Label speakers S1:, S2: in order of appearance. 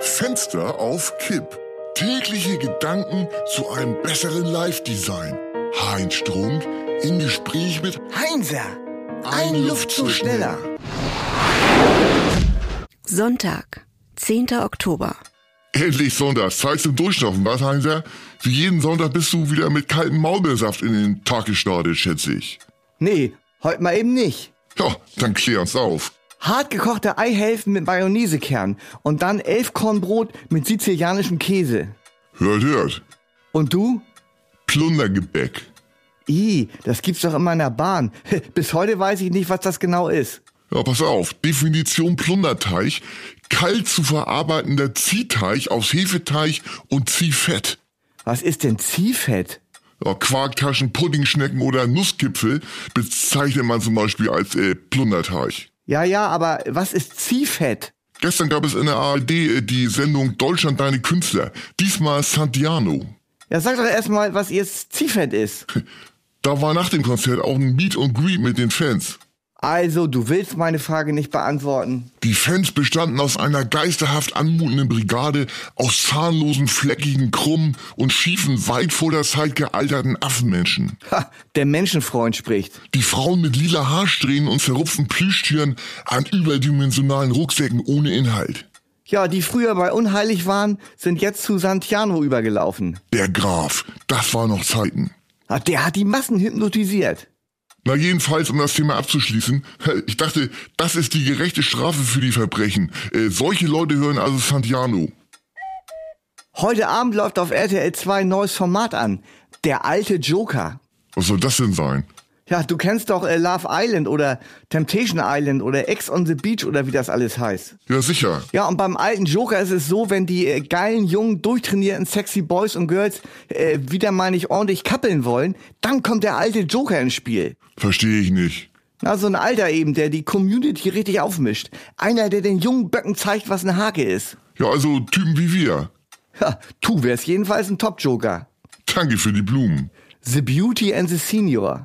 S1: Fenster auf Kipp. Tägliche Gedanken zu einem besseren Live-Design. Heinz Strunk im Gespräch mit
S2: Heinzer,
S1: Ein Luftzug ne? schneller.
S3: Sonntag, 10. Oktober.
S1: Endlich Sonntag. Zeit zum Durchschnaufen, was, Heinzer? Wie jeden Sonntag bist du wieder mit kaltem Maulbeersaft in den Tag gestartet, schätze ich.
S2: Nee, heute mal eben nicht.
S1: Ja, dann klär uns auf.
S2: Hartgekochte Eihälften mit Mayonnaisekern und dann Elfkornbrot mit sizilianischem Käse.
S1: Hört, hört.
S2: Und du?
S1: Plundergebäck.
S2: I, das gibt's doch immer in der Bahn. Bis heute weiß ich nicht, was das genau ist.
S1: Ja, pass auf. Definition Plunderteig. Kalt zu verarbeitender Ziehteig aus Hefeteig und Ziehfett.
S2: Was ist denn Ziehfett?
S1: Ja, Quarktaschen, Puddingschnecken oder Nusskipfel bezeichnet man zum Beispiel als äh, Plunderteig.
S2: Ja, ja, aber was ist Ziehfett?
S1: Gestern gab es in der ARD äh, die Sendung Deutschland deine Künstler. Diesmal Santiano.
S2: Ja, sag doch erstmal, was ihr Ziehfett ist.
S1: Da war nach dem Konzert auch ein Meet and Greet mit den Fans.
S2: Also, du willst meine Frage nicht beantworten.
S1: Die Fans bestanden aus einer geisterhaft anmutenden Brigade aus zahnlosen, fleckigen, krummen und schiefen, weit vor der Zeit gealterten Affenmenschen.
S2: Ha, der Menschenfreund spricht.
S1: Die Frauen mit lila Haarsträhnen und zerrupften Plüschtieren an überdimensionalen Rucksäcken ohne Inhalt.
S2: Ja, die früher bei unheilig waren, sind jetzt zu Santiano übergelaufen.
S1: Der Graf, das war noch Zeiten.
S2: Ah, Der hat die Massen hypnotisiert.
S1: Na jedenfalls, um das Thema abzuschließen, ich dachte, das ist die gerechte Strafe für die Verbrechen. Äh, solche Leute hören also Santiano.
S2: Heute Abend läuft auf RTL 2 ein neues Format an. Der alte Joker.
S1: Was soll das denn sein?
S2: Ja, du kennst doch äh, Love Island oder Temptation Island oder Ex on the Beach oder wie das alles heißt.
S1: Ja sicher,
S2: Ja, und beim alten Joker ist es so, wenn die äh, geilen, jungen, durchtrainierten, sexy Boys und Girls äh, wieder mal nicht ordentlich kappeln wollen, dann kommt der alte Joker ins Spiel.
S1: verstehe ich nicht.
S2: Na, so Also ein Alter eben, der die Community richtig aufmischt. Einer, der den jungen Böcken zeigt, was ein Hake ist.
S1: Ja, also Typen wie wir.
S2: Ha, tu wärst jedenfalls ein Top-Joker.
S1: Danke für die Blumen.
S2: The Beauty and the Senior.